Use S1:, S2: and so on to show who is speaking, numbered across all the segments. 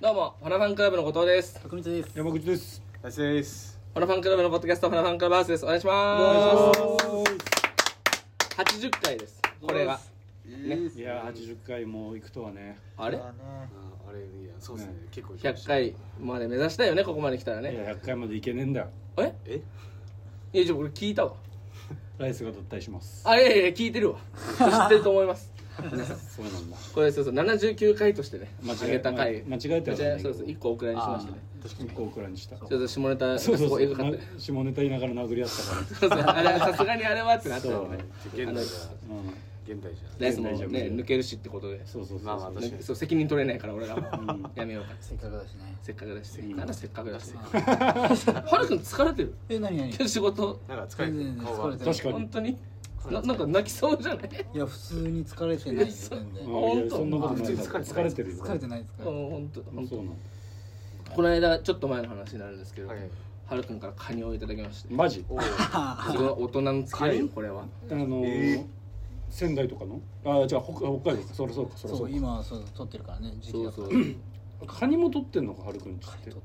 S1: どうも、ファナファンクラブの後藤です。
S2: 徳光です。
S3: 山口です。
S4: 大地です。
S1: ファナファンクラブのポッドキャスト、ファナファンクラブハウスです。お願いし
S3: お
S1: ま
S3: 願い
S1: す。
S3: し
S1: 80回です。これが。
S4: い
S3: ます。いやー、八十回も行くとはね。
S1: あれ
S4: ああれいやそうですね
S3: ね
S4: 結構
S1: ?100 回まで目指したいよね、ここまで来たら
S3: い
S1: ね。
S3: や、百回まで行けねえんだよ。
S1: え
S4: え
S1: いや、ちょ、俺聞いたわ。
S3: ライスが脱退します。
S1: あ、いやいや、聞いてるわ。知ってると思い ます。
S3: そうなんだ。
S1: これ、そうそう、79回としてね、
S3: 間違
S1: 上
S3: え
S1: げた回。
S3: ま間違え
S1: め
S3: たよ
S1: ち
S3: ね
S1: ゃそうそう、1個おくらいにしましたね。
S3: 一個くらいにした。
S1: ちょっと下ネタがす
S3: そうそう
S1: ご
S3: そ
S1: いうエグかったね。
S3: な下ネタ言いながら殴り合ったから。
S1: そうそう、あれはさすがにあれはってなったよね。
S4: 現代じゃ
S3: うん。
S4: 現代じゃ
S1: ライスもね、
S3: 大丈夫
S1: 抜けるしってことで。
S3: そうそうそうそう。
S4: まあまあ確かに
S1: ねそう責任取れないから俺らも
S3: ん
S1: やめようか
S2: せっかくだしね。
S1: せっかくだしなんだせっかくだし ハルくん疲れてる
S2: え、なになに。
S1: 今日仕事
S4: なんか疲れてる
S2: 全然
S4: 顔
S2: 疲れ
S4: が
S2: て
S3: 確か
S1: 本
S3: に。
S1: 当にななんか泣きそうじゃない
S2: いや、普通に疲れてないよ。全
S3: う
S2: 然。
S3: んい
S1: 本
S3: や
S1: 当
S3: そんなことな
S4: 普
S3: い。
S4: 通に
S3: 疲れてるよ。
S2: 疲れてないです
S1: うん
S2: か。
S1: 本当本
S3: そ
S1: 当
S3: うなんだ。
S1: この間ちょっと前の話になるんですけど
S4: はい
S1: ハルくんからカニをいただきまして
S3: マジ。
S4: おお
S1: すごい大人の付き合い
S4: カ
S1: よ
S4: ニ
S1: これは
S3: あの
S4: え
S3: ー
S4: ー
S3: 仙台とかの。ああ、じゃあ北北海道か。そりゃそうか。そりゃ
S2: そ、
S3: そうう
S2: 今、そう、撮ってるからね。時期
S1: そう
S2: だか
S1: そ
S2: ら。
S1: う
S2: カニ
S3: か。カニも取ってんのか、はるくんちって
S2: 撮。ってる。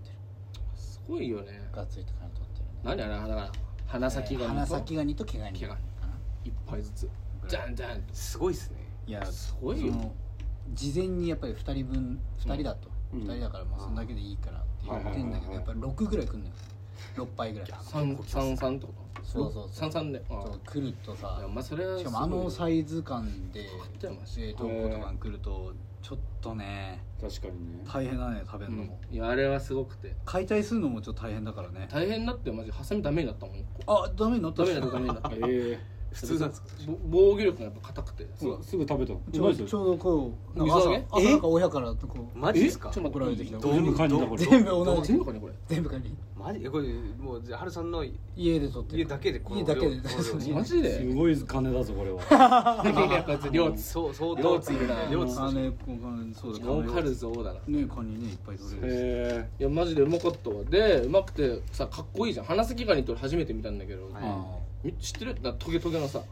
S1: すごいよね
S2: がっついてカニ撮ってる。
S1: 何あれだから鼻先が
S2: えー鼻先ガニと毛ガニ。
S1: 毛ガニ
S2: かな
S1: 一杯ずつじゃんじゃん
S4: すごいですね
S2: いや、
S1: す
S2: そ
S1: ごいよ
S2: の。事前にやっぱり二人分、二人だと。
S3: うん
S2: 二人だから、まあ、そんだけでいいからって言って
S3: は
S2: んだけど、
S3: いはいはいはい
S2: やっぱ六ぐらい来んのよ。六杯ぐらい。
S1: 三三三ってこと
S2: そうそうそう
S1: 三三であ
S2: そう来ると
S1: あい
S2: さ
S1: や。まあそれは
S2: し
S1: す
S2: か
S1: ごい
S2: もあのサイズ感で
S1: たよマジで
S2: 冷凍庫とかに来るとちょっとね
S3: 確かにね。
S2: 大変だね食べるのも、
S1: うんいやあれはすごくて
S2: 解体するのもちょっと大変だからね
S1: 大変だってよマジハサミダメになったもん一個
S2: あダメになった
S1: ダメになったダメ になった
S3: ええ。
S4: 普通なんですか
S1: ぼ防御力がやっぱ硬くて
S3: すぐすぐ食べたの。
S2: ち
S3: うま
S2: ょ
S3: いです
S2: ち
S3: よ
S2: ょうどこうなんか
S1: 水揚
S2: 朝
S1: げ
S2: 朝なんか親からこう
S4: マジですか
S1: ちょっと
S2: 送ら
S1: 待
S2: れ
S1: って
S2: き
S1: て
S2: た
S4: ど
S3: 全部カニだこれ。
S2: 全部同じ
S1: 全部かねこれ
S2: 全部カニ
S4: マジえこれもうじゃあ春さんの
S2: 家で取って
S4: 家だけでこの
S2: 家だけで
S4: 量
S2: そうそう
S4: この量
S1: マジ
S3: す
S1: で
S3: ごい金だぞこれ は
S1: いやこいつ量つ
S4: そうそう
S1: 両津いるな
S4: 両津
S2: あねこうあのそうだ
S1: 儲かるぞだな
S2: ねカニねいっぱい取れるし
S3: へ
S1: いやマジでうまかったわでうまくてさかっこいいじゃん鼻先ガニって俺初めて見たんだけど、
S4: は
S2: あ
S1: み知ってるだトゲトゲのさ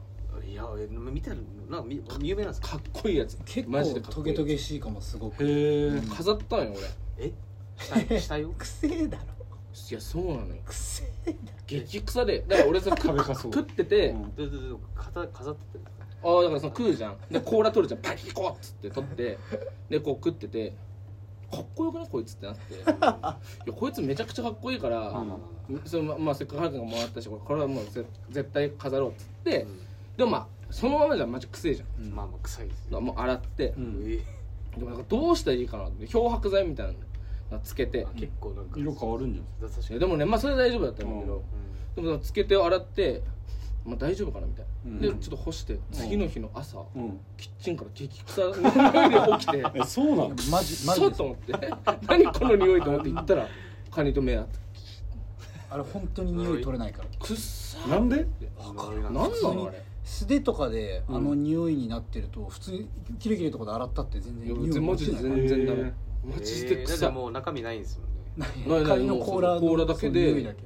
S4: いやえ見てるなんかみ有名なんですか
S1: かっこいいやつ
S2: ー結
S1: マジでか
S2: 構
S1: っこいい
S2: トゲトゲしいかもすご
S3: え
S2: く
S3: へえ
S1: 飾ったんよ俺い
S4: えしたしたよ
S2: くせえだろ
S1: やそうなのよ
S2: くせえだ
S1: 激臭でだから俺さ食っ
S3: 壁かそう
S1: 食ってて、
S3: うん
S4: どどどど飾飾ってて
S1: ああだからその食うじゃんで甲羅取るじゃんパリコッつって取ってでこう食っててかっこよくないこいつってな っていやこいつめちゃくちゃかっこいいから、
S3: うん
S1: そのままあ、せっかくハル君がもらったしこれこれはもうぜ絶対飾ろうっつって、でもまあそのままじゃマジくせえじゃんだ
S4: うんまあまあ臭いです
S1: か
S4: よ
S1: らもう洗って、
S3: うん
S4: え
S1: でもなんかどうしたらいいかなって漂白剤みたいなのつけて
S4: ー結構なんか
S3: 色変わるんじゃ
S4: 確か
S1: い
S4: に
S1: やでもねまあそれは大丈夫だったんだけど、
S4: う
S1: でもつけて洗って、まあ、大丈夫かなみたいな、
S3: うん
S1: でちょっと干して次の日の朝、
S3: んうん
S1: キッチンから激臭の匂いで起きて
S3: えそうなの
S2: ろマジマジ
S1: そう
S2: で
S1: と思って 何この匂いと思って行ったらカニと目合って
S2: あれ本当に匂い取れないから
S1: くっさ
S3: なんで
S4: わ
S1: 何な
S2: 普通に
S1: のあれ
S2: 素手とかで
S3: うん
S2: あの匂いになってると普通にキレキレとかで洗ったって全然
S1: いや
S2: 匂い
S1: マ
S2: 落
S1: ジ
S2: ち
S1: で
S2: な
S1: 全
S2: い
S1: 然ダメ
S3: へ
S1: マジで臭い
S4: もう中身ないんですもんね
S1: ないない
S2: カニの甲羅の
S1: もう甲羅だけで
S2: そう匂いだけ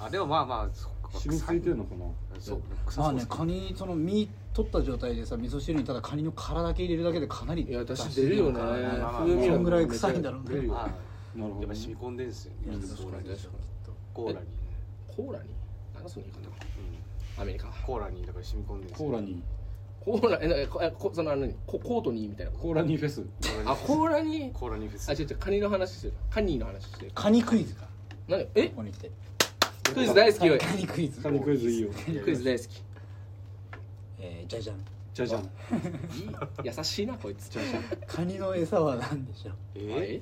S4: あでもまあまあそっか
S3: 染みついてるのかな
S4: そう臭そ
S2: まあ
S4: うで
S2: ね
S4: すね
S2: カニその身取った状態でさ味噌汁にただカニの殻だけ入れるだけでかなり
S1: いや私出るよね
S2: 出汁が
S4: まあまあ
S1: 風味
S2: そ
S1: は
S2: んぐらい臭いんだろうね
S1: 出るよ
S4: あ
S3: な
S4: あや
S3: るほど
S4: っぱ
S3: ね
S4: 染み込んでんすよ
S2: い
S4: ね
S2: や
S4: コーラに
S1: 確か
S4: コーラに
S1: コーラに何その言い方
S4: うん
S1: アメリカ
S4: コーラにだから染み込んでんす
S3: コーラに
S1: コーラえなこえこそのあの何ココートにみたいな
S3: コーラにフェス
S1: あコーラに
S4: コーラにフェス
S1: あ違う違うカニの話してるカニの話してる
S2: カニクイズか
S1: 何え
S2: ここに来て
S1: クイズ大好きよ
S2: カニクイズ
S3: カニクイズいいよ
S1: クイズ大好き
S2: えーじゃじゃん
S3: じゃじゃん
S1: いい優しいなこいつ
S2: カニの餌は何でしょう
S4: え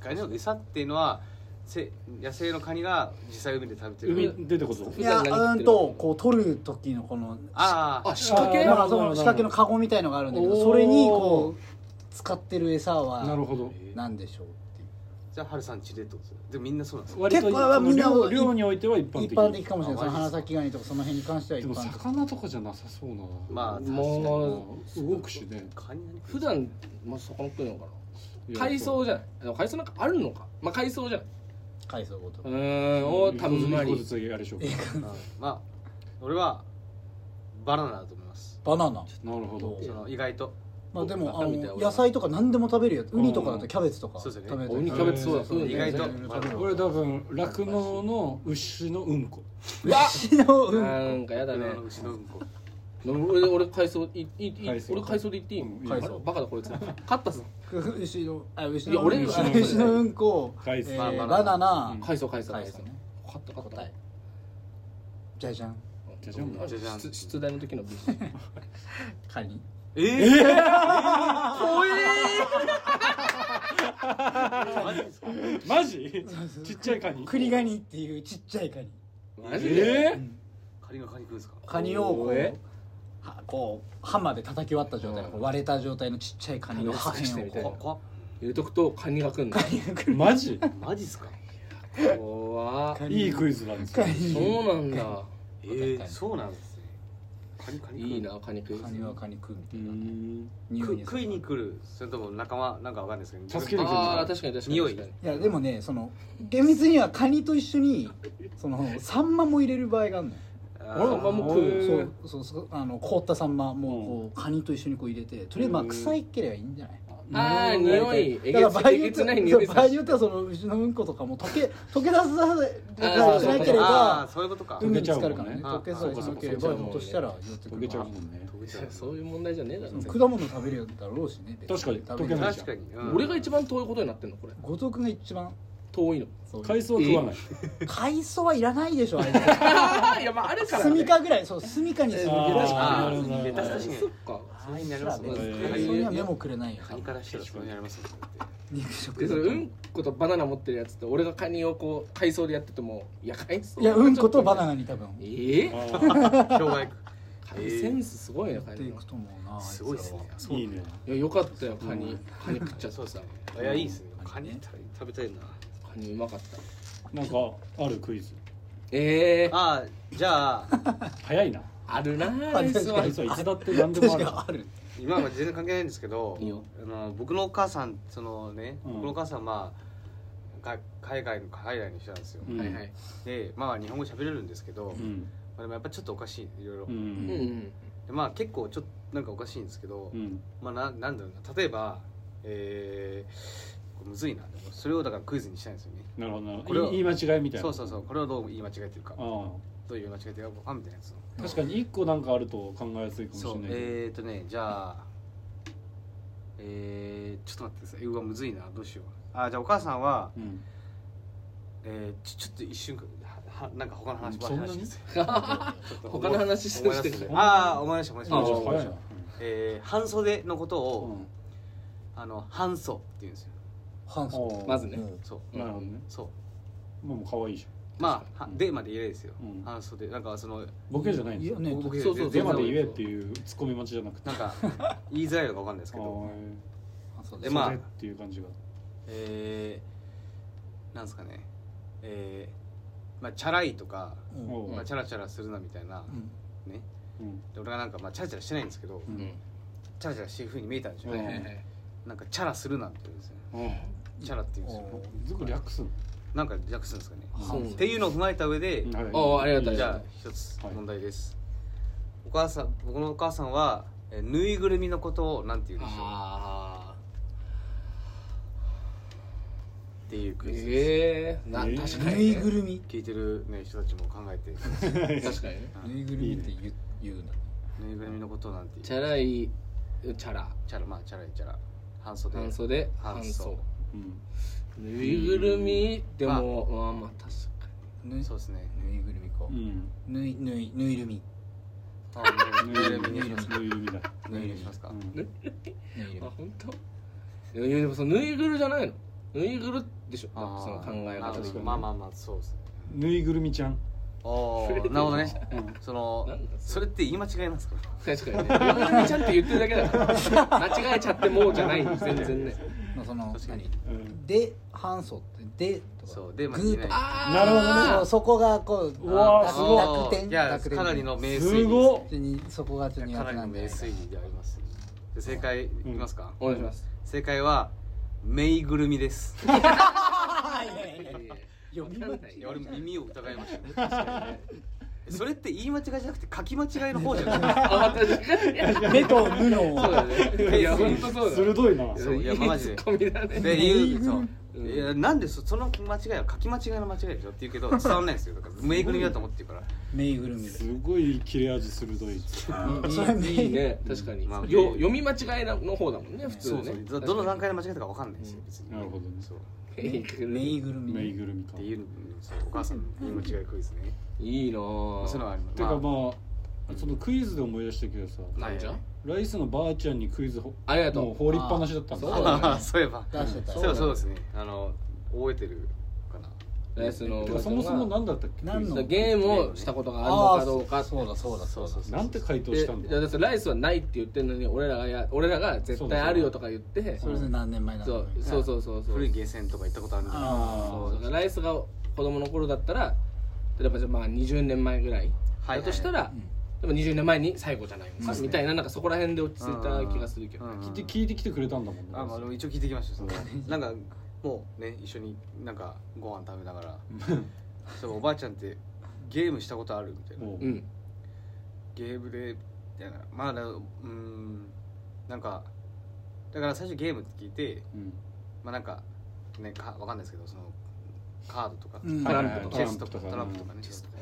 S4: ーカニの餌っていうのはせ野生のカニが実際海で食べてる
S3: 海出てこそ
S2: い
S1: 普
S2: や
S1: 段何食ってる
S2: うんとこう取る時のこの
S4: ああ
S1: あ仕掛け
S3: あー
S2: だ
S3: な
S2: か
S3: るほ
S2: ら
S3: ど
S2: その仕掛けのカゴみたいのがあるんだけ
S1: おー
S2: どそれにこう使ってる餌は
S3: なるほど
S4: えー
S2: なんでしょうっていう
S4: じゃあ春さんちでってことですねでもみんなそうなんですよ
S3: 割と
S2: 結構はみんな
S3: その量量においては一般的
S2: 一般的かもしれないその
S4: あマ
S2: 花
S4: ジですか
S2: 咲ガニとかその辺に関しては
S3: で
S2: 一
S3: も
S2: 般的
S3: 魚とかじゃなさそうな
S4: まあ確かに
S1: もう
S3: 動くしね
S4: カニ何
S1: 普段まあ魚食うのかな海藻
S3: じ
S1: じゃないでも海藻なんかあるのかまあ海藻じゃない
S2: 海藻ごと
S1: うーんをたんま
S3: 一個
S1: り
S3: ずつやるでしょう
S4: うんまあ俺はバナナだと思います
S2: バナナ
S3: なるほど
S4: その意外と
S2: まあでもあ
S1: みたいな
S2: の野菜とか何でも食べるやつウニとかだとキャベツとか
S4: そう
S2: 食
S4: です
S2: べ
S4: ね
S2: たり
S1: おウニキャベツそうだ
S2: ん
S1: うん
S4: 意外と
S2: 全然食べる
S3: 俺多分酪農の牛のうんこ
S2: 牛のうん
S1: なんかやだね
S4: あの牛のうんこ
S1: 俺俺海藻いいい
S3: 海藻
S1: 俺海藻で言っていいの
S2: 海
S1: あ
S2: 藻
S1: れバカだこいつ勝ったぞ
S2: 牛のあ牛
S1: いや
S2: の
S1: 俺
S2: うん
S1: 牛の
S2: 牛のうんこ、え
S3: 海藻
S2: ー、
S4: まあまあ
S2: バナナ
S1: 海藻海藻
S2: 海
S1: 海
S2: 藻
S1: 藻
S2: ね
S1: 勝った勝った
S2: 答えじゃじゃん
S3: じゃじゃん
S1: あ
S4: じゃじゃん
S1: 出出題の時の BC
S2: カニ
S4: えええ怖えマジですか
S3: マジちっちゃいカニ
S2: クリガニっていうちっちゃいカニ
S1: マジで
S3: え
S4: カニがカニ食うんですか
S2: カニをこ
S1: おえ
S2: うはこうハンマーで叩き割った状態
S1: うん
S2: こう割れた状態のちっちゃいカニの破片を
S1: みたい
S2: こ
S1: な
S4: こ怖っ
S1: 入れとくとカニが来んだ
S3: ーマジ
S4: マジですか
S1: 怖
S2: う
S1: っ
S2: カニ
S3: いいクイズなんです
S2: カ
S3: よ
S2: ニ
S1: そうなんだ
S4: えー、そうなんですねカニカニ食う
S1: いいなカニ食い
S2: カニはカニ食うみた
S3: う
S2: いな
S3: ーん
S2: 匂い
S4: く
S2: に
S4: 食いに来るそれとも仲間なんかわかんないですけど
S3: 助けに来る
S1: ああ確かに確かに
S4: 匂い
S1: 確かに
S2: いやでもねその厳密にはカニと一緒にそのサンマも入れる場合があるのよ
S4: あ
S1: 俺もあんま
S3: も
S1: 食う
S3: へー
S2: そうそうそうあの凍ったサンマもこう、カニと一緒にこう入れてとりあえずまあ
S3: うん
S2: 臭いければいいんじゃない
S1: ああ
S3: なるほ
S1: 匂
S3: ど
S1: いえ
S2: だから
S1: げ
S2: 場
S1: つ
S2: 合
S1: え
S2: によ
S1: げ
S2: って
S1: つ
S2: は
S1: ない匂い
S2: そう場合によってはその牛のうんことかも溶け溶け出さ
S1: あー
S2: せしなけれ
S4: あ
S2: ば
S4: あそういうことか
S2: 海に浸かるからね
S4: 溶
S2: 溶
S4: け
S2: け
S4: ちゃ
S2: さ
S4: う
S2: え
S4: もんね
S2: し
S1: あ
S2: なけれ
S1: ーそうか
S2: ばひょっとしたら寄って
S3: 溶
S2: くる
S3: け
S2: か
S3: ちゃ
S2: ら
S3: うもんね
S4: 溶けちゃ
S1: そういう問題じゃねえだ
S2: そ
S1: ろ
S2: の果物食べるようだったらろうしね別
S3: 確かに
S2: 食べ
S3: 溶け
S2: る
S3: ない
S4: 確かに、うん
S1: 俺が一番遠いことになってんのこれ
S2: 後藤君が一番
S1: 遠いの
S2: そう
S3: 海藻は食わない
S2: 海藻はいらないでしょあ れ
S1: いやまああるから
S2: 住みかぐらいそう住みかにするぐらいし
S4: あ
S2: か
S4: あ
S3: なるほどなる
S4: ベ
S3: ほど
S4: タ
S1: 確か
S4: 確
S1: に
S4: か
S1: そっ
S4: に
S1: か
S4: あれになりますね
S1: ー
S2: 海藻には目もくれないよ
S4: カニからしたらそうになりますよ
S2: 肉食
S1: でそれ
S2: だ
S1: う
S2: と
S1: んことバナナ持ってるやつって俺がカニをこう海藻でやっててもいや海藻
S2: いやうんことバナ
S1: ナ
S2: ナに多分
S1: え
S3: あ
S1: ー
S3: ー
S4: 今日は行
S1: カニセンスすごいねカ
S2: やって
S1: ニ
S2: い
S1: の
S2: くと思うなあ
S4: く
S2: つら
S4: すごいですねそう
S3: いいね
S1: いやよかったよカニカニ食っちゃった
S4: そうで
S1: さ
S4: す
S1: カ
S4: ねいやいいですねカニ食べたいな
S1: ニうまかった
S3: なんかあるクイズ
S1: ええ
S4: ああじゃあ
S3: 早いな
S1: あるな
S2: あ
S1: ーレスは
S3: 海藻はいつだって何でもあ
S2: 確
S3: る
S2: かにある
S4: 今は全然関係ないんですけど
S1: いいよ
S4: あの僕のお母さんそのね、
S3: うん
S4: 僕のお母さんまあが海外の海外の人なんですよ、
S3: うん
S1: はいはい
S4: でまあ日本語喋れるんですけど、ま
S3: うん
S4: あ、でもやっぱちょっとおかしいいろいろ、
S3: う
S1: うん
S3: ん
S1: うん
S4: でまあ結構ちょっとなんかおかしいんですけど、
S3: うん
S4: まあななんだろうな例えばえー、これむずいなでもそれをだからクイズにしたいんですよね
S3: なるほどなる
S4: こ
S3: ほ
S4: れ
S3: ど
S4: を
S3: 言い言い間違いみたいな
S4: そうそうそうこれをどう言い間違えてるか
S3: あ
S4: どういう間違えてるかみたいなやつを
S3: あ確かに一個なんかあると考えやすいかもしれ
S4: そう
S3: ないけ
S4: えーとねじゃあえー、ちょっと待ってくださいうわむずいなどうしようあーじゃあお母さんは
S3: どうん
S4: えー、ちょちょっと一瞬ははなんか他の話
S3: そんなに
S4: 話して
S1: 他の話して
S4: 思い出
S1: して
S4: す
S1: る
S4: ああ思い出した思い出し
S3: あ
S1: あ
S3: あ
S1: ー
S4: た
S1: ちょっと
S3: 早いな
S4: えー、半袖のこと
S3: う
S4: を、
S3: ん
S4: あの半袖って言うんですよ
S2: 半袖
S3: おう
S1: まずね
S2: うん
S4: そう
S1: うん
S3: なるほどね
S4: そう
S3: まあもう可愛いじ
S4: まあは
S3: うん
S4: でまで言えですよ、
S3: うん
S4: 半袖なんかその
S3: ゃんボケじゃないん
S2: い
S3: です
S2: や
S3: よ
S2: ね
S4: 僕
S1: そうそう
S3: デ
S1: 全
S3: マ
S1: 部
S3: で言えっていうツッコミ待ちじゃなくて
S4: なんか 言いづらいのかわかんないですけ
S3: あ
S4: ど
S3: ー
S2: 半袖
S4: でまあ
S3: 袖っていう感じが
S4: えー、なんですかねえー、まあチャラいとか、
S2: うん
S3: おう
S4: まあ、チャラチャラするなみたいな、
S2: うん
S4: ね
S3: うん
S4: で俺がなんかまあチャラチャラしてないんですけど、
S3: う
S1: うんん
S4: チャラチャラしてるふうに見えたんでしょ、
S1: は
S4: う
S1: い
S4: ね
S1: はいはい
S4: なんかチャラするなって言うんですよねチャラって言うんですよ
S2: おう
S3: ずく略すの
S4: なんか略すんですかね、
S1: そう
S4: っていうのを踏まえた上で、
S3: うんはい
S1: おうありがとう
S4: じゃあ一つ
S3: はい
S4: 問題です、お母さん僕のお母さんはえーぬいぐるみのことをなんて言うでしょう
S1: ああ
S4: っていうクイズです、
S1: ええな
S3: えー
S1: 確か
S2: ぬい
S1: に
S2: ぐるみ
S4: 聞いてる、ね、人たちも考えて
S1: ね確かにね
S2: ぬいぐるみって言う言うんだ
S4: ぬいぐるみのことをなんて言う
S1: チャラいチャラ
S4: チャラまあチャラいチャラ半袖
S1: 半袖
S4: 半
S1: 半
S4: 袖
S1: 袖
S3: うん
S1: ぬいぐるみでもまあまあ確か
S2: ぬい
S4: そうですね
S2: ぬいぐるみか
S3: うん
S2: ぬいぬいぬいるみ
S4: あ
S3: ぬ
S4: ぬ
S3: い
S4: い
S3: ぐ
S4: ぐる
S3: るみ
S4: み
S3: に
S4: に
S3: し
S4: し
S3: ま
S4: ますす
S3: ぬいぐるみだ
S4: ぬいぐるみにしますか、
S3: うん
S1: に
S2: ぬいる
S1: あ
S2: み
S1: 本当いやいやでもそのぬいぐるじゃないのぬいぐるでしょ
S4: あー
S1: その考え
S4: なる
S1: 方
S4: ほ
S1: で
S4: ど
S1: いくと
S4: まあまあまあそうですね
S3: ぬいぐるみちゃん
S4: おーなるほどね
S3: うん
S4: その
S1: なんだ
S4: それって言い間違いなんですか
S1: 確かにねぬいぐるみちゃんって言ってるだけだから間違えちゃってもうじゃない全然ね
S2: まあその
S4: 確かに
S2: 何
S3: うん
S2: で半袖ってでとか
S4: そうで
S2: グ
S4: まあ
S2: ーとか
S1: あ
S3: なるほどね
S2: そうそこがこう
S3: うわー
S2: 楽
S3: すごい
S2: 楽天
S4: いや
S2: 楽天
S4: かなりの名推理
S3: すごっ
S2: 普通にそこがちょっと苦
S4: かな
S2: 手
S4: り
S2: な
S4: の
S2: ん
S4: 名
S2: で
S4: 推理でありますで正解いきますか、
S1: お願いします
S4: 正解はめいぐるみです
S2: あーいやいやいや
S1: 呼び
S4: いや俺も耳を疑いましたよそれって言い間違いじゃなくて書き間違いの方じゃない
S1: あ確かに
S2: 目と布
S1: そう
S2: を
S1: だねいや本当そうだ
S3: 鋭いな
S4: そういやマジで
S1: いいツッコミだね
S4: で言うそう
S1: うん
S4: いやなんでそその間違いは書き間違いの間違いでしょって言うけど伝わんないんですよだから無意味だと思ってるから
S2: ぬいぐるみです
S3: すごい切れ味鋭い
S2: それ
S1: いいね確かに、
S4: まあ
S1: よ読み間違いの方だもんね普通
S4: そ
S1: ね
S4: うそうどどの 段階で間違えたかわかんないんですよ別に
S3: なるほどね
S1: へいく
S2: ぬい
S1: ね
S2: ぐるみ
S3: ぬいぐるみか
S4: っていうのそうお母さんの言い間違いクイズね
S1: いいな
S4: まあそうい
S1: ぁ
S4: うのはあります
S3: てか
S4: まあ
S3: まあそのクイズで思い出したけどさ
S1: なんじゃ
S3: ライスのばあちゃんにクイズほ
S1: ありがとう
S3: もう放りっぱなしだったんだ
S1: あ
S4: あ
S1: そうだね
S4: ははそういえば
S2: 出してた
S4: そういえばそうですねあの覚えてるかな
S1: ライスのお
S3: て
S1: ば
S3: か
S1: あち
S3: そ
S1: ゃんが
S3: もそも何だったっけ
S2: 何の
S1: そうゲームをしたことがあるのかどうか
S2: そうだそうだそうだ
S3: クイズなんて回答したん
S1: でいや
S3: だ
S1: だってライスはないって言ってるのに俺らがや俺らが絶対あるよとか言って
S2: それで何年前だった
S1: そ
S2: の
S1: うそうそうそうそう
S4: 古いゲーセンとか行ったことあるんで
S2: あ
S1: そうだからライスが子供の頃だったら例えばじゃあまあ20年前ぐらい
S4: はいはい
S1: だとしたら、でも20年前に最後じゃないのか、
S4: そうですね
S1: みたいななんかそこら辺で落ち着いた気がするけど、
S4: うん
S3: 聞いて聞いてきてくれたんだもんね
S4: あまあでも一応聞いてきましたよそのなんかもうね一緒になんかご飯食べな がらそうおばあちゃんってゲームしたことあるみたいな
S3: もう
S1: うん
S4: ゲームでみたいなまあだうーんなんかだから最初ゲームって聞いて
S3: うん
S4: まあなんかねかわかんないですけどそのカードとか、
S2: うん
S1: トランプと
S4: チ
S1: か
S4: ェスとかトランプとかねチェスとか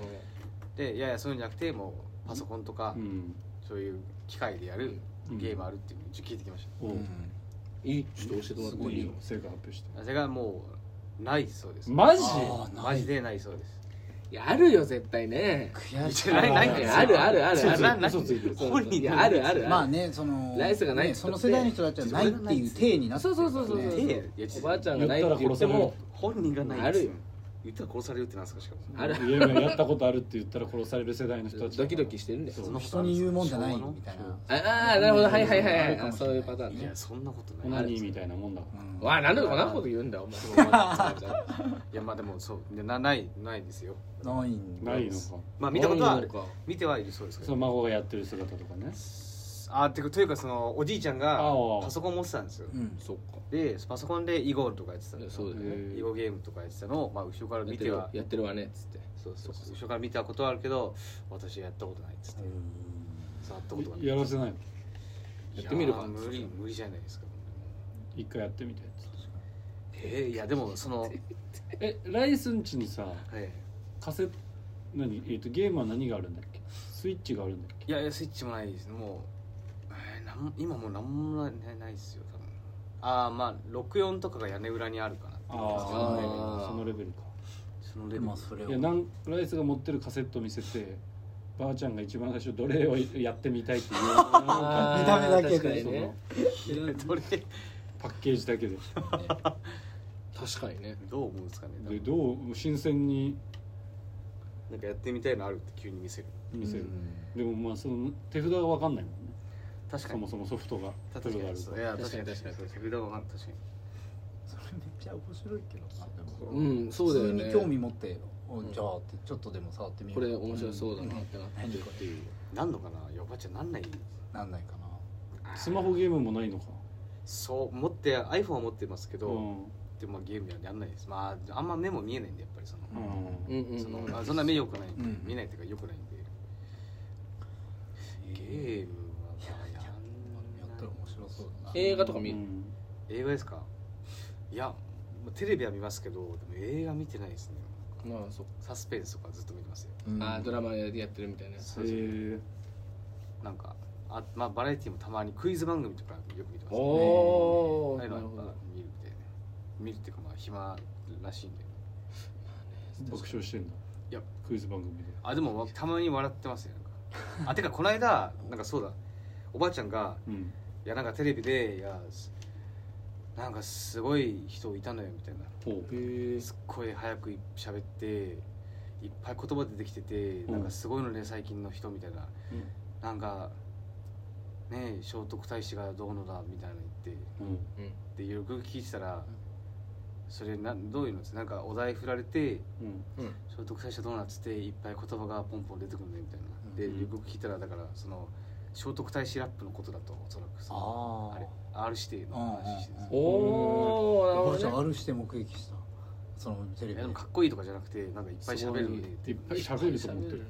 S4: でいやいやそういうんじゃなくてもうパソコンとか、
S3: うん
S4: そういう機械でやるゲームあるっていうのを一応聞いてきまし
S3: お
S2: う
S3: うん
S1: いいちょっと教えてもらっ
S3: す
S1: て
S3: ご
S1: い
S3: い
S1: い
S3: よ成果発表して
S4: たそれがもうないそうです
S3: マジ
S2: あー
S4: マジでないそうです
S1: いやあるよ絶対ね
S2: 悔しい
S4: ないない
S1: いやあるあるあるある
S4: なな
S3: 嘘ついてる
S1: そう
S4: 本人
S1: いやあるあるある
S2: まあねその
S1: ライスがない
S2: ね
S1: って
S2: そ
S1: 言っ
S2: の
S1: て
S2: 世代の人たちはないっていう体になってるからね
S1: そうそうそうそうそう
S4: いやいや
S1: おばあちゃんがないって言っても
S4: 本人がない
S1: あるよ
S4: 言ったら殺されるってなんですかしかも
S1: ある
S3: ゲームやったことあるって言ったら殺される世代の人たち
S1: ドキドキしてるんだよ
S3: そう
S2: 人に言うもんじゃないみたいな
S1: ああなるほどはいはいはい
S2: あ
S1: は
S2: る
S1: い
S2: かも
S1: あ
S2: し
S1: そ
S2: れな
S1: う
S2: い
S1: いうパターン
S4: い
S1: ね
S4: やそんなこと
S3: オ
S4: ない
S3: ナニーみたいなもんだから
S2: うん
S1: わあ何でこんなこと言うんだよお前
S4: いやまあでもそうでなないないですよ
S2: ないんだ
S3: ないのか
S4: まあ見たことはあ
S1: な
S4: る
S1: いのか
S4: 見てはいるそうですけ
S3: その
S4: ど
S3: 孫がやってる姿とかね
S4: あーてかというかそのおじいちゃんが
S3: あー
S4: パソコン持ってたんですよ
S2: うん
S1: そっか
S4: でパソコンで囲碁とかやってたんです
S1: そうだよね
S4: 囲碁ゲームとかやってたのをまあ後ろから
S1: やっ
S4: 見
S1: て
S4: て
S1: る
S4: は
S1: わやってるわねっつって
S4: そうそうそう後ろから見たことはあるけど私やったことないっつって触ったことがない
S3: やらせないの
S1: やってみるか
S4: いやー無理無理じゃないですか
S3: 一回やってみて
S4: えーいやでもその、はい、
S3: えライスんちにさカセ何えっとゲームは何があるんだっけスイッチがあるんだっ
S4: い
S3: け
S4: やいやスイッチもないですもう、えーなん今もうなんもないないですよ多分ああまあ64とかが屋根裏にあるかなっていう
S1: あー
S3: そのレベルか
S4: そのレ
S2: で
S4: ベル
S2: もそれ
S3: いや
S2: を
S3: なんライスが持ってるカセットを見せてばあちゃんが一番最初どれをやってみたいっ ていう
S1: あー
S2: 見た目だけで
S1: 確かに
S3: そ
S1: ね
S3: の
S4: どれ
S3: パッケージだけで
S1: 確かにね
S4: どう思うんですかね
S3: でどう新鮮に
S4: なんかやってみたいのあるって急に見せる
S3: 見せる、でもまあその手札が分かんないもんね
S4: 確か
S3: そも
S4: に
S3: そもソフトが
S4: 確か
S3: 手札
S4: に
S3: がある
S4: そういや確
S1: 確
S4: か
S1: か
S4: に
S1: に
S4: 確かに
S1: 確かに
S4: 手札は確かに
S2: それめっちゃ面白いけどなでも
S1: うんそうだよね
S2: 普通に興味持っておじゃあってちょっとでも触ってみよ
S1: こ
S2: う
S1: れ面白そうだなってなっ
S2: 何
S1: て
S2: こ
S1: こ
S2: れ
S4: なんのかないやおばあちゃんなんない
S2: なんないかな
S3: スマホゲームもないのか
S4: そう持って iPhone は持ってますけど、
S3: うん
S4: でもまあゲームはやんないですまああんま目も見えないんでやっぱりその、
S3: うん
S1: うんうんうん
S4: そのあそんな目良くない、
S2: ん
S4: 見ないっていうか良くないんでゲームはまあやん
S2: やったら面白そうだな
S1: 映画とか見
S3: う
S1: る
S3: ん
S4: 映画ですかいやまあテレビは見ますけどでも映画見てないですね
S1: ああそっか
S4: サスペンスとかずっと見てますよ
S2: うん
S1: ああドラマでやってるみたいなやつ
S4: そうそう
S3: え
S4: なんかあまあバラエティもたまにクイズ番組とかよく見てます
S1: お
S4: ね
S1: お
S4: ああ
S1: な
S4: い
S1: る
S4: うのは
S1: ほ
S4: やっ
S1: ど
S4: ぱ見るんで見るっていうかまあ暇らしいんで
S3: ー、爆笑してんだ
S4: いや
S3: クイズ番組で
S4: あでもたまに笑ってますよなんかあて かこの間なんかそうだおばあちゃんが
S3: うん
S4: いやなんかテレビでいやすなんかすごい人いたのよみたいな
S3: ほう
S1: へえ
S4: すっごい早くい喋っていっぱい言葉出てきてて
S3: うん
S4: なんかすごいのね最近の人みたいななんかねえ聖徳太子がどうのだみたいなの言って
S3: うん
S4: でよくよく聞いてたらそれなどういうのですなんかお題振られて
S3: うん
S4: 聖徳太子はどうなっつっていっぱい言葉がポンポン出てくるねみたいなで
S3: うん
S4: よくよく聞いたらだからその聖徳太子ラップのことだとおそらくその
S2: あ
S4: あ
S2: あ
S4: れ R 指定の話して
S2: うん
S1: おおなる
S2: おば
S1: ほ
S2: あちゃん
S1: どね
S2: あるして目撃したそのテレビ
S4: え
S2: で
S4: でも
S2: 確か
S4: かっこいいとかじゃなくてなんかいっぱい喋る
S3: すごいいっぱい喋ると思ってる
S2: に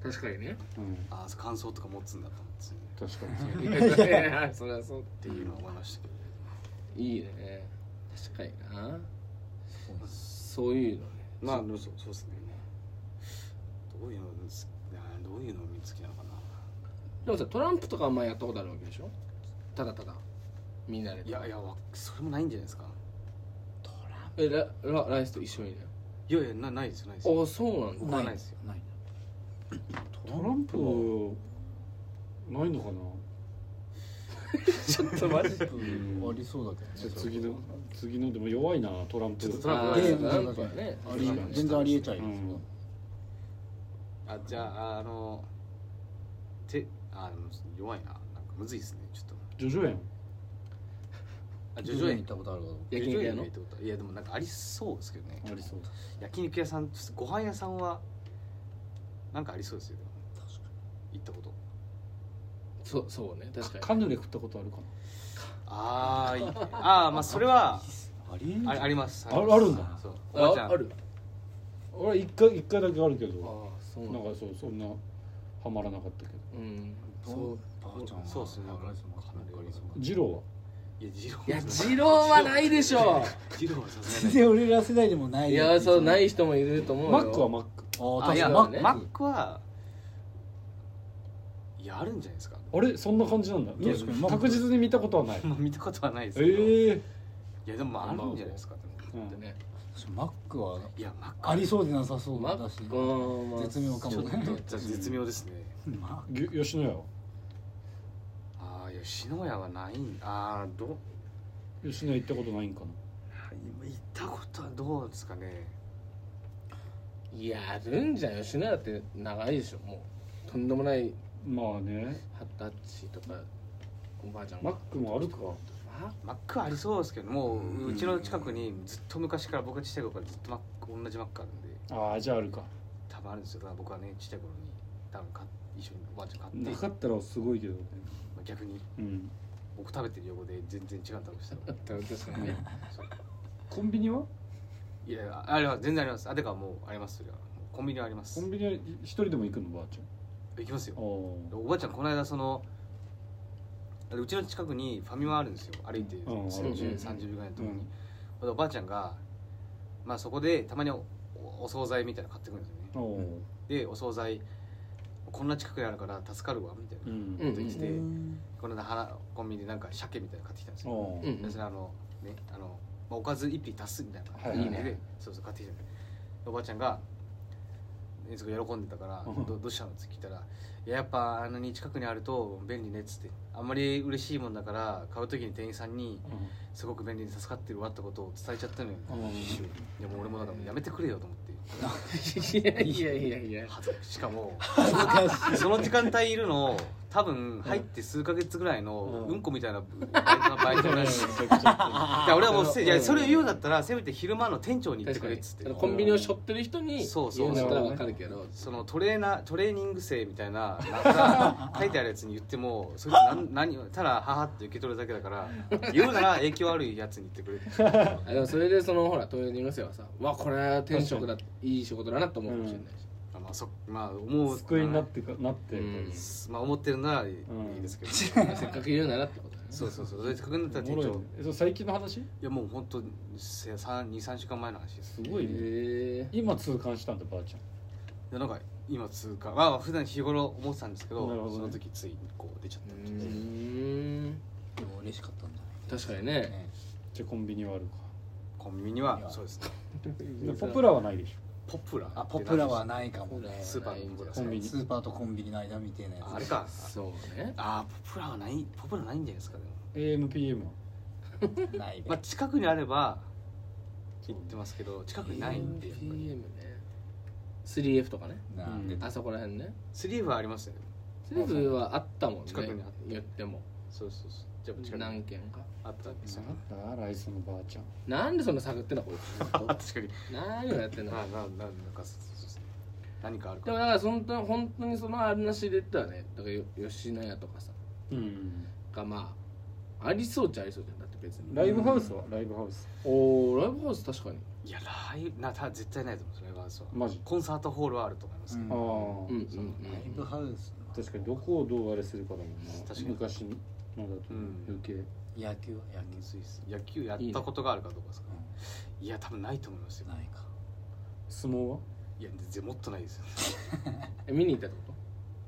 S1: 確かにね
S3: うん
S4: ああ感想とか持つんだと思って
S3: 確かにそう
S1: いやそりゃそう
S4: っていうのは思いましたけど
S1: いいね確かになそういうのね
S4: まあそうそうですねどういうのですあーどういうの見つけなのかな
S1: でもさトランプとかはまあやったことあるわけでしょただただみんなで
S4: いやいやわそれもないんじゃないですか
S2: トラ
S1: えララライスと一緒にね
S4: いやいやなないですよないですよ
S1: あそうなんだ
S4: 僕はないですよ
S2: ない
S3: トランプはないのかな
S1: ちょっとマ ジで
S2: ありそうだけどね
S3: 次の次のでも弱いなトランプ
S4: ちょっとトラ
S1: あ
S4: ン
S1: あ
S4: プ
S1: ゲ
S4: ゲ
S1: ー
S4: ー
S1: ム
S2: ム
S1: なんかね
S2: あり全然ありえちゃいますよ
S4: あじゃああのてあでも弱いななんかむずいですねちょっと
S3: ジョジョ園
S4: あ
S2: 徐
S4: 徐々
S2: 々に行
S4: に
S2: ったことあるけど
S1: 焼肉屋の
S4: ってこといやでもなんかありそうですけどね
S3: ありそう
S4: 焼肉屋さんご飯屋さんはなんかありそうですよでも行ったこと
S1: そうそうね確かに
S3: カヌレ食ったことあるか
S4: あーいあーまあそれは
S2: ありえんじゃ
S4: あ
S2: ん
S4: あります
S3: あるあるんだ
S4: そうおばちゃ
S1: あ
S4: ん
S1: ある
S3: な俺一回一回だけあるけ
S1: あ
S3: ど
S1: あそう
S3: なん
S1: なんだ
S3: かそうそんなハマらなかったけど
S1: うん
S2: そうばあちゃんは
S4: そうっすね
S2: なんかありそう
S4: かなり
S2: ありそう
S3: ジロ
S4: いや二郎
S1: いや二郎はないでしょ
S4: 二郎はさすが
S2: 全
S4: にない
S2: 然俺ら世代でもない
S1: いやそうない人もいると思うよ
S3: ーはマックはマック
S2: あー
S4: あい
S2: 確か
S4: や
S2: に
S4: マ
S1: ま
S2: マ
S4: ックマックはいやあるんじゃないですか
S3: あれそんな感じなんだ
S2: 確かにマック
S3: 確実に見たことはない
S4: まあ見たことはないです
S3: ええ
S4: けどい
S3: ー
S4: やでもまああるんじゃないですかでも
S3: うん
S1: ね
S2: マックは
S4: いやマック
S2: ありそうでなさそう
S1: マ
S2: だし
S1: ックはまあ
S2: 絶妙か
S4: ち
S2: も
S4: ょっ
S2: ね
S4: と絶妙ですね
S2: マッ
S3: ぎ吉野家は
S4: ああ吉野家はないんああどう
S3: 吉野家行ったことないんかな
S4: 今行ったことはどうですかね
S1: いやあるんじゃん吉野家だって長いでしょもうとんでもない
S3: まあね
S1: 二十歳とかおばあちゃん
S3: マッ
S1: は
S3: クもあるか
S1: マ
S4: マックはありそうですけどもううちの近くにずっと昔から僕がちっちゃい頃からずっとマック同じマックあるんで
S3: ああじゃああるか
S4: 多分あるんですよだから僕はねちっちゃい頃に多分買っ一緒におばあちゃん買って
S3: なかったらすごいけどね
S4: まあ逆に
S3: うん
S4: 僕食べてる横で全然違う食べしてた
S1: ックだって確かにね
S3: コンビニはい
S4: やいやあれは全然ありますあてかもうありますそれはもうコンビニはあります
S3: コンビニは一人でも行くのばあちゃん
S4: 行きますよ
S3: あ
S4: おばあちゃんこの間そのうちの近くにファミマあるんですよ歩いて
S3: うんうん
S1: うん
S4: 3030秒ぐらいのところに、ほんでおばあちゃんが、まあ、そこでたまにおおお惣菜みたいなの買ってくるんですよね
S3: あおー
S4: でお惣菜こんな近くにあるから助かるわみたいな
S3: う
S4: こ
S3: ん
S1: うん
S4: と言って
S2: ク
S4: て、この間花コンビニでなんか鮭みたいなの買ってきたんです
S3: あ
S4: よ
S3: ー
S1: うん
S4: 別にあのねあの、まあ、おかず一品足すみたいな
S3: はい
S4: 感じで、
S1: いいね
S4: そうそう買ってきたのおばあちゃんがいつか喜んでたから
S3: う
S4: 「
S3: ん
S4: どどうしたの?」って聞いたら「いややっぱあのに近くにあると便利ね」っつって「あんまり嬉しいもんだから買う時に店員さんに
S3: う
S4: すごく便利に助かってるわ」ってことを伝えちゃったのよ
S3: うん
S4: 一緒にいやもう俺もだからやめてくれよと思って
S1: いやいやいやいや
S4: 恥ずかしかも
S2: 恥ずかしい
S4: その時間帯いるの多分入って数ヶ月ぐらいの
S3: う
S4: う
S3: ん
S4: んこみたいなバイトのバイト
S3: ん
S4: らしいだから俺はもうせいやそれを言うんだったらせめて昼間の店長に言って
S1: 確か
S4: くれっ
S1: に
S4: つって
S1: コンビニを背負ってる人に
S4: そうそう
S1: 言うんだったらわかるけど
S4: そのトレーナートレーニング生みたいななん か書いてあるやつに言ってもそいつ何何ただははって受け取るだけだから言うなら影響悪いやつに言ってくれって
S1: あでもそれでそのほらトレーニング生はさわこれは転職だいい仕事だなと思うかもしれないし、
S4: あまあそまあ思う
S3: 救いになってかなって
S1: うん
S4: まあ思ってるならいいですけど、
S1: せっかく言うならってことだね
S4: そうそうそうそれで確認だったら店
S3: おもろい
S4: 長
S3: ねえそう最近の話
S4: いやもう本当せ三二三週間前の話です
S3: すごいね
S1: へえ
S3: 今痛感したんだばあちゃ
S4: い
S3: ん
S4: やなんか今通過まあ普段日頃思ってたんですけど
S3: なるほどね
S4: その時ついこう出ちゃった
S1: う
S4: みたいな
S1: ーん
S2: でも嬉しかったんだ
S1: 確かにね
S2: ね
S3: じゃあコンビニはあるか
S4: コンビニはそうですね
S3: でポプラはないでし
S4: ポプラ
S2: あポプラはないかもね
S4: スーパーのポプラ
S3: コンビニ
S2: スーパーとコンビニの間みたいなや
S4: ああ
S2: つ
S4: れか
S1: そうね
S4: あーポプラはないポプラないんじゃないですかでも
S3: ょ AMPM は
S2: ない
S4: まあ近くにあれば行ってますけど近くにないんでやっぱ
S1: PM
S4: り
S1: ね 3F とかね
S2: なんで
S3: うん
S1: あそこら辺ね
S4: スリーブはありますよね
S1: セーブはあったもんね
S4: 近くにあった
S1: 言っても
S4: そうそうそうじゃあ近くに
S1: 何件か
S4: あったんですよね
S3: なんだライスのばあちゃん
S1: なんでそんな探ってんだこいつず っ
S4: あ確
S1: と
S4: かに
S1: 何をやってん
S4: な
S1: だ
S4: なななんかそうそうそう何かある
S1: で
S4: か
S1: も
S4: な
S1: だから本当に本当にそのあるなしで言ったらねだからよ吉野家とかさ
S3: うん
S1: がまあありそうっちゃありそうじゃんだって別に
S3: ライブハウスはライブハウス
S1: おーライブハウス確かに
S4: いやライブなた絶対ないと思うんですよライブハウスは
S3: マジ
S4: コンサートホールはあると思いますけ
S3: あ
S4: ど、
S3: あ、
S1: うんうんうん
S2: ライブハウスは
S3: 確かにどこをどうあれするかだもんな
S4: 確かに
S3: 昔のだと
S4: うん
S3: 余計
S2: 野球は野
S4: むずいっす野球やったことがあるかどうかですかねいや多分ないと思います
S2: 球
S4: よ
S2: ないか
S3: 相撲はい
S4: や全然もっとないですよ
S1: え見に行ったってこ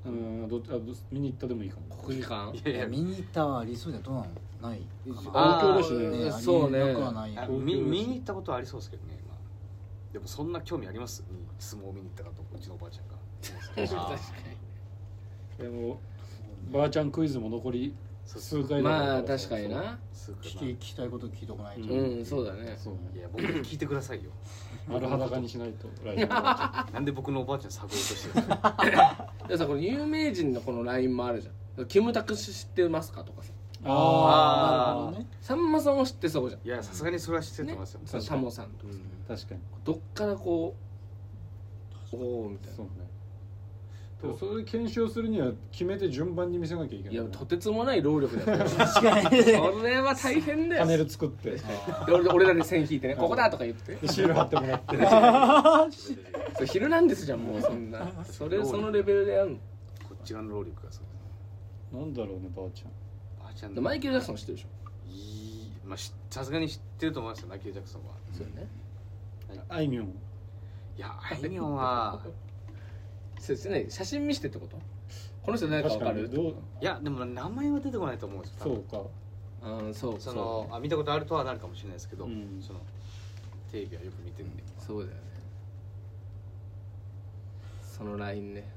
S3: うんどっちあど見に行ったでもいいかも
S1: と国技館
S4: い
S2: いや見に行ったはありそうだよどうなのない
S1: あ
S3: 東京だし
S1: ー
S3: ね
S2: ね
S1: そうね
S2: ありえなくはない
S4: あ
S2: よ
S4: 見見に行ったことはありそうですけどね、まあ、でもそんな興味ありますに相撲を見に行ったかとうちのおばあちゃんが
S1: 確か
S3: でもばあちゃんクイズも残り
S4: そう
S3: 数
S4: そう
S3: 回
S1: に
S3: だから
S1: まあ確かにな
S4: す
S2: 聞き
S4: い
S2: 聞きたいこと聞いとかないと、
S3: う
S1: うんそうだね
S3: そう
S4: い
S3: ね
S4: や僕に聞いてくださいよ
S3: 丸裸にしないとライブハ
S4: なんで僕のおばあちゃん探ろうとしてるの
S1: でさこれ有名人のこの LINE もあるじゃんキムタク氏知ってますかとかさ
S3: ウス あ
S2: なるほどね
S1: さんまさんも知ってそうじゃん
S4: いやさすがにそれは知ってると思いますよ、
S3: ね
S1: そのタモさんとかさ
S3: あ確かに
S1: どっからこうおおみたい
S3: そうねでもそれ検証するには決めて順番に見せなきゃいけな
S1: ないいやとてつもない労力だよ
S2: 確かにね
S1: それは大変だ
S3: パネ
S1: よ
S3: ル作って
S1: で俺俺らに線引いてね「ここだ」とか言って
S3: でシール貼ってもら って
S1: 「それ昼なんですじゃんもうそんなそれそのレベルでやん
S4: こっち側の労力がそう
S3: なんだろうねばあちゃん
S4: ばあちゃん
S1: のマイケル・ジャクソン知ってるでしょ
S4: いいまあしさすがに知ってると思いますよマイケル・ジャクソンは
S1: そうよね
S3: あいみょん
S4: いやあいみょんは
S1: そうですね写真見してってことこの人誰かわかる
S3: 確にどう
S4: いやでも名前は出てこないと思うんですよ多
S3: そ
S4: 分
S3: うか
S1: うんそう
S4: そ
S1: そ
S4: のあ見たことあるとはなるかもしれないですけど、
S3: うん
S4: そのテレビはよく見てるんで、
S1: うそうだよねその LINE ね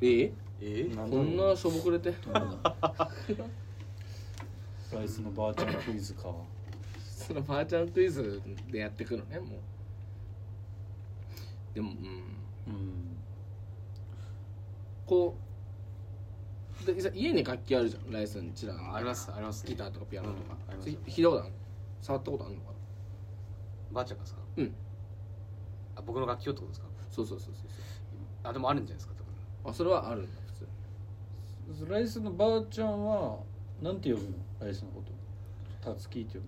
S1: え
S4: え
S3: なだろう
S1: こんなしょぼくれて
S3: ライスのばあちゃんクイズか
S1: そのばあちゃんクイズでやってくのねもうでもうん
S3: うん
S1: こうでさ家に楽器あるじゃんライスンチラ
S4: あありますあります、
S1: ギターとかピアノとか
S4: うんありま
S1: そ
S4: す
S1: れ弾いたことある触ったことあるのかな
S4: ばあちゃんがですか
S1: うん
S4: あ僕の楽器をってことですか
S1: そうそうそうそうそ
S4: あでもあるんじゃないですか多分
S1: うあそれはあるんだ普通
S3: ライスのばあちゃんはなんて呼ぶのライスのことたつきって呼ぶ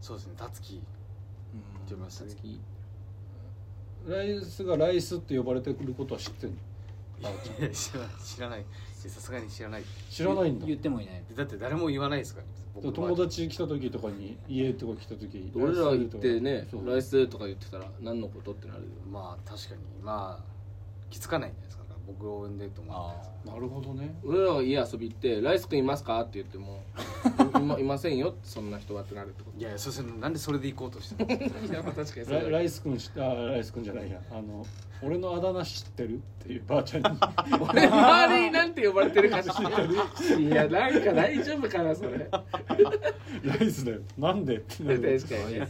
S4: そうですねたつきって呼びます
S1: さ
S4: ね
S1: つき
S3: のライスがライスって呼ばれてくることは知ってんの
S4: いやいや 知らない知らないいやさすがに知らない
S3: 知らないんだ
S2: 言ってもいない
S4: でだって誰も言わないですから僕のばあ
S3: 友
S4: ちゃん
S3: 達来た時とかに家とか来た時
S1: 俺ら行ってね
S3: そう
S1: ライスとか言ってたら何のことってなるよ
S4: まあ確かにまあ気づかないんじゃないですか僕を産んでると思うんで
S3: なるほどね
S1: 俺らが家遊び行って「ライスくんいますか?」って言っても 「いまいませんよ」そんな人はってなるってこ
S4: いやいやそうですねなんでそれで行こうとして るんですか
S1: とやっぱ確かにそう
S3: ラ
S1: だ
S3: イ
S1: よ
S3: ライスくん知あライスくんじゃないやあの俺のあだ名知ってるっていうばあちゃんに
S1: 俺周りになんて呼ばれてるか知 ってるいやなんか大丈夫かなそれ
S3: ライスだよなんでってな
S1: 確
S3: る
S1: かにね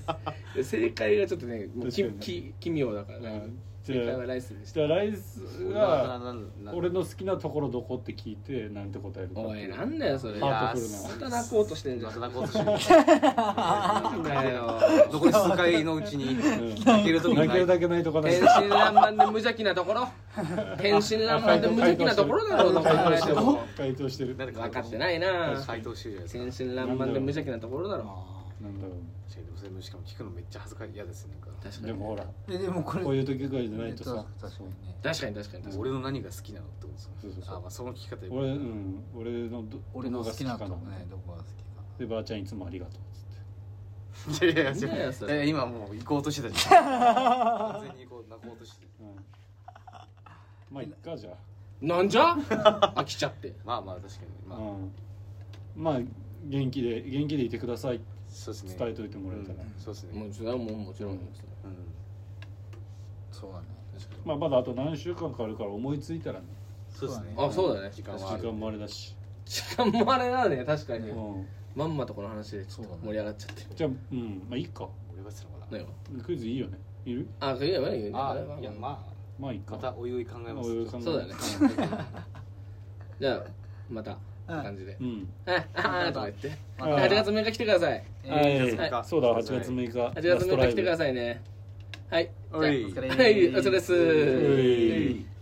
S1: 正解がちょっとねもうき
S3: 確かに
S1: き奇妙だから
S3: う
S1: ね
S3: ん
S1: 正解はライスでし
S3: したたらライス
S4: な
S3: が
S4: なな
S3: 俺の好きなところどこって聞いてなんて答えるか
S1: おいなんだよそれ
S3: ハ
S1: ま
S3: ートフルな
S1: た泣こうとしてんじゃ
S4: ま
S1: ん
S4: た泣こうとしてる
S1: なんだよ
S4: 残り数回のうちに
S3: うん
S4: 泣ける時
S3: 泣ける だ
S4: 泣
S3: け泣いとかない
S1: 天
S3: と
S1: 真爛漫で無邪気なとこ ろ天真爛漫で無邪気なところだろうと考えても
S3: 回答してる
S4: なんで
S1: 分かってないな
S4: 回答してるじゃないですか
S1: 天真爛漫で無邪気なところだろ
S2: あ
S3: なんだろ
S4: 確かにでもそれもしかも聞くのめっちゃ恥ずかしい嫌ですねなんか
S1: 確
S3: う
S1: か
S3: で
S1: に
S3: もほら
S2: ーででもこれ
S3: こういう時ぐらいじゃないと
S2: え
S3: さ
S2: っ確かにね
S1: 確かに確かに確か
S4: 俺の何が好きなのってことですよね
S3: そうそうそう
S4: あまあその聞き方よ
S3: 俺うん俺のど
S2: 俺の好きなとこ
S3: どこが好
S2: ね
S3: き
S2: どこが好きか
S3: でばあちゃんいつもありがとうっつって
S4: いやいやい
S1: いやい
S4: や
S1: や
S4: 違
S1: そうれ
S4: いや今もう行こうとしてたじゃん完全に行こう泣こうとしてた
S3: うんまあいっかじゃ
S1: になんじゃ飽きちゃって
S4: まあまあ確かに
S3: あ、
S4: まあ、
S3: うん、まあ元気で元気でいてくださいって
S4: そうですね
S3: 伝えといてもらえたら、
S4: うんそうですね、
S1: もうそれはもうもちろんですよ
S4: うん
S2: そうだね
S3: まあまだあと何週間かかるから思いついたらね
S4: そうですね
S1: あそうだね
S4: 時間
S3: 時
S4: はある
S3: 間もあれだし、
S1: 時間もあれだね確かに
S3: うん、
S1: まんまとこの話でちょっと盛り上がっちゃって
S3: じゃあうんまあいいか
S4: 俺がするのかな
S1: 何よ
S3: クイズいいよねいる
S1: あいやいやいや
S4: あいやまあ
S3: まあいいか
S4: またおいおい考えます
S3: おいおい考え
S1: そうだねじゃあまた感じで
S3: うん
S1: 「ああ」とか言って「
S3: また
S1: 8月6日来てください」
S2: え
S3: はい
S2: ー
S1: はい
S3: そうだ8月6日
S1: 「8月6日来てくだ
S3: さ
S1: さいね」はいじゃあ
S4: おい
S2: お疲れ
S1: はいお疲れです
S3: おい
S2: えい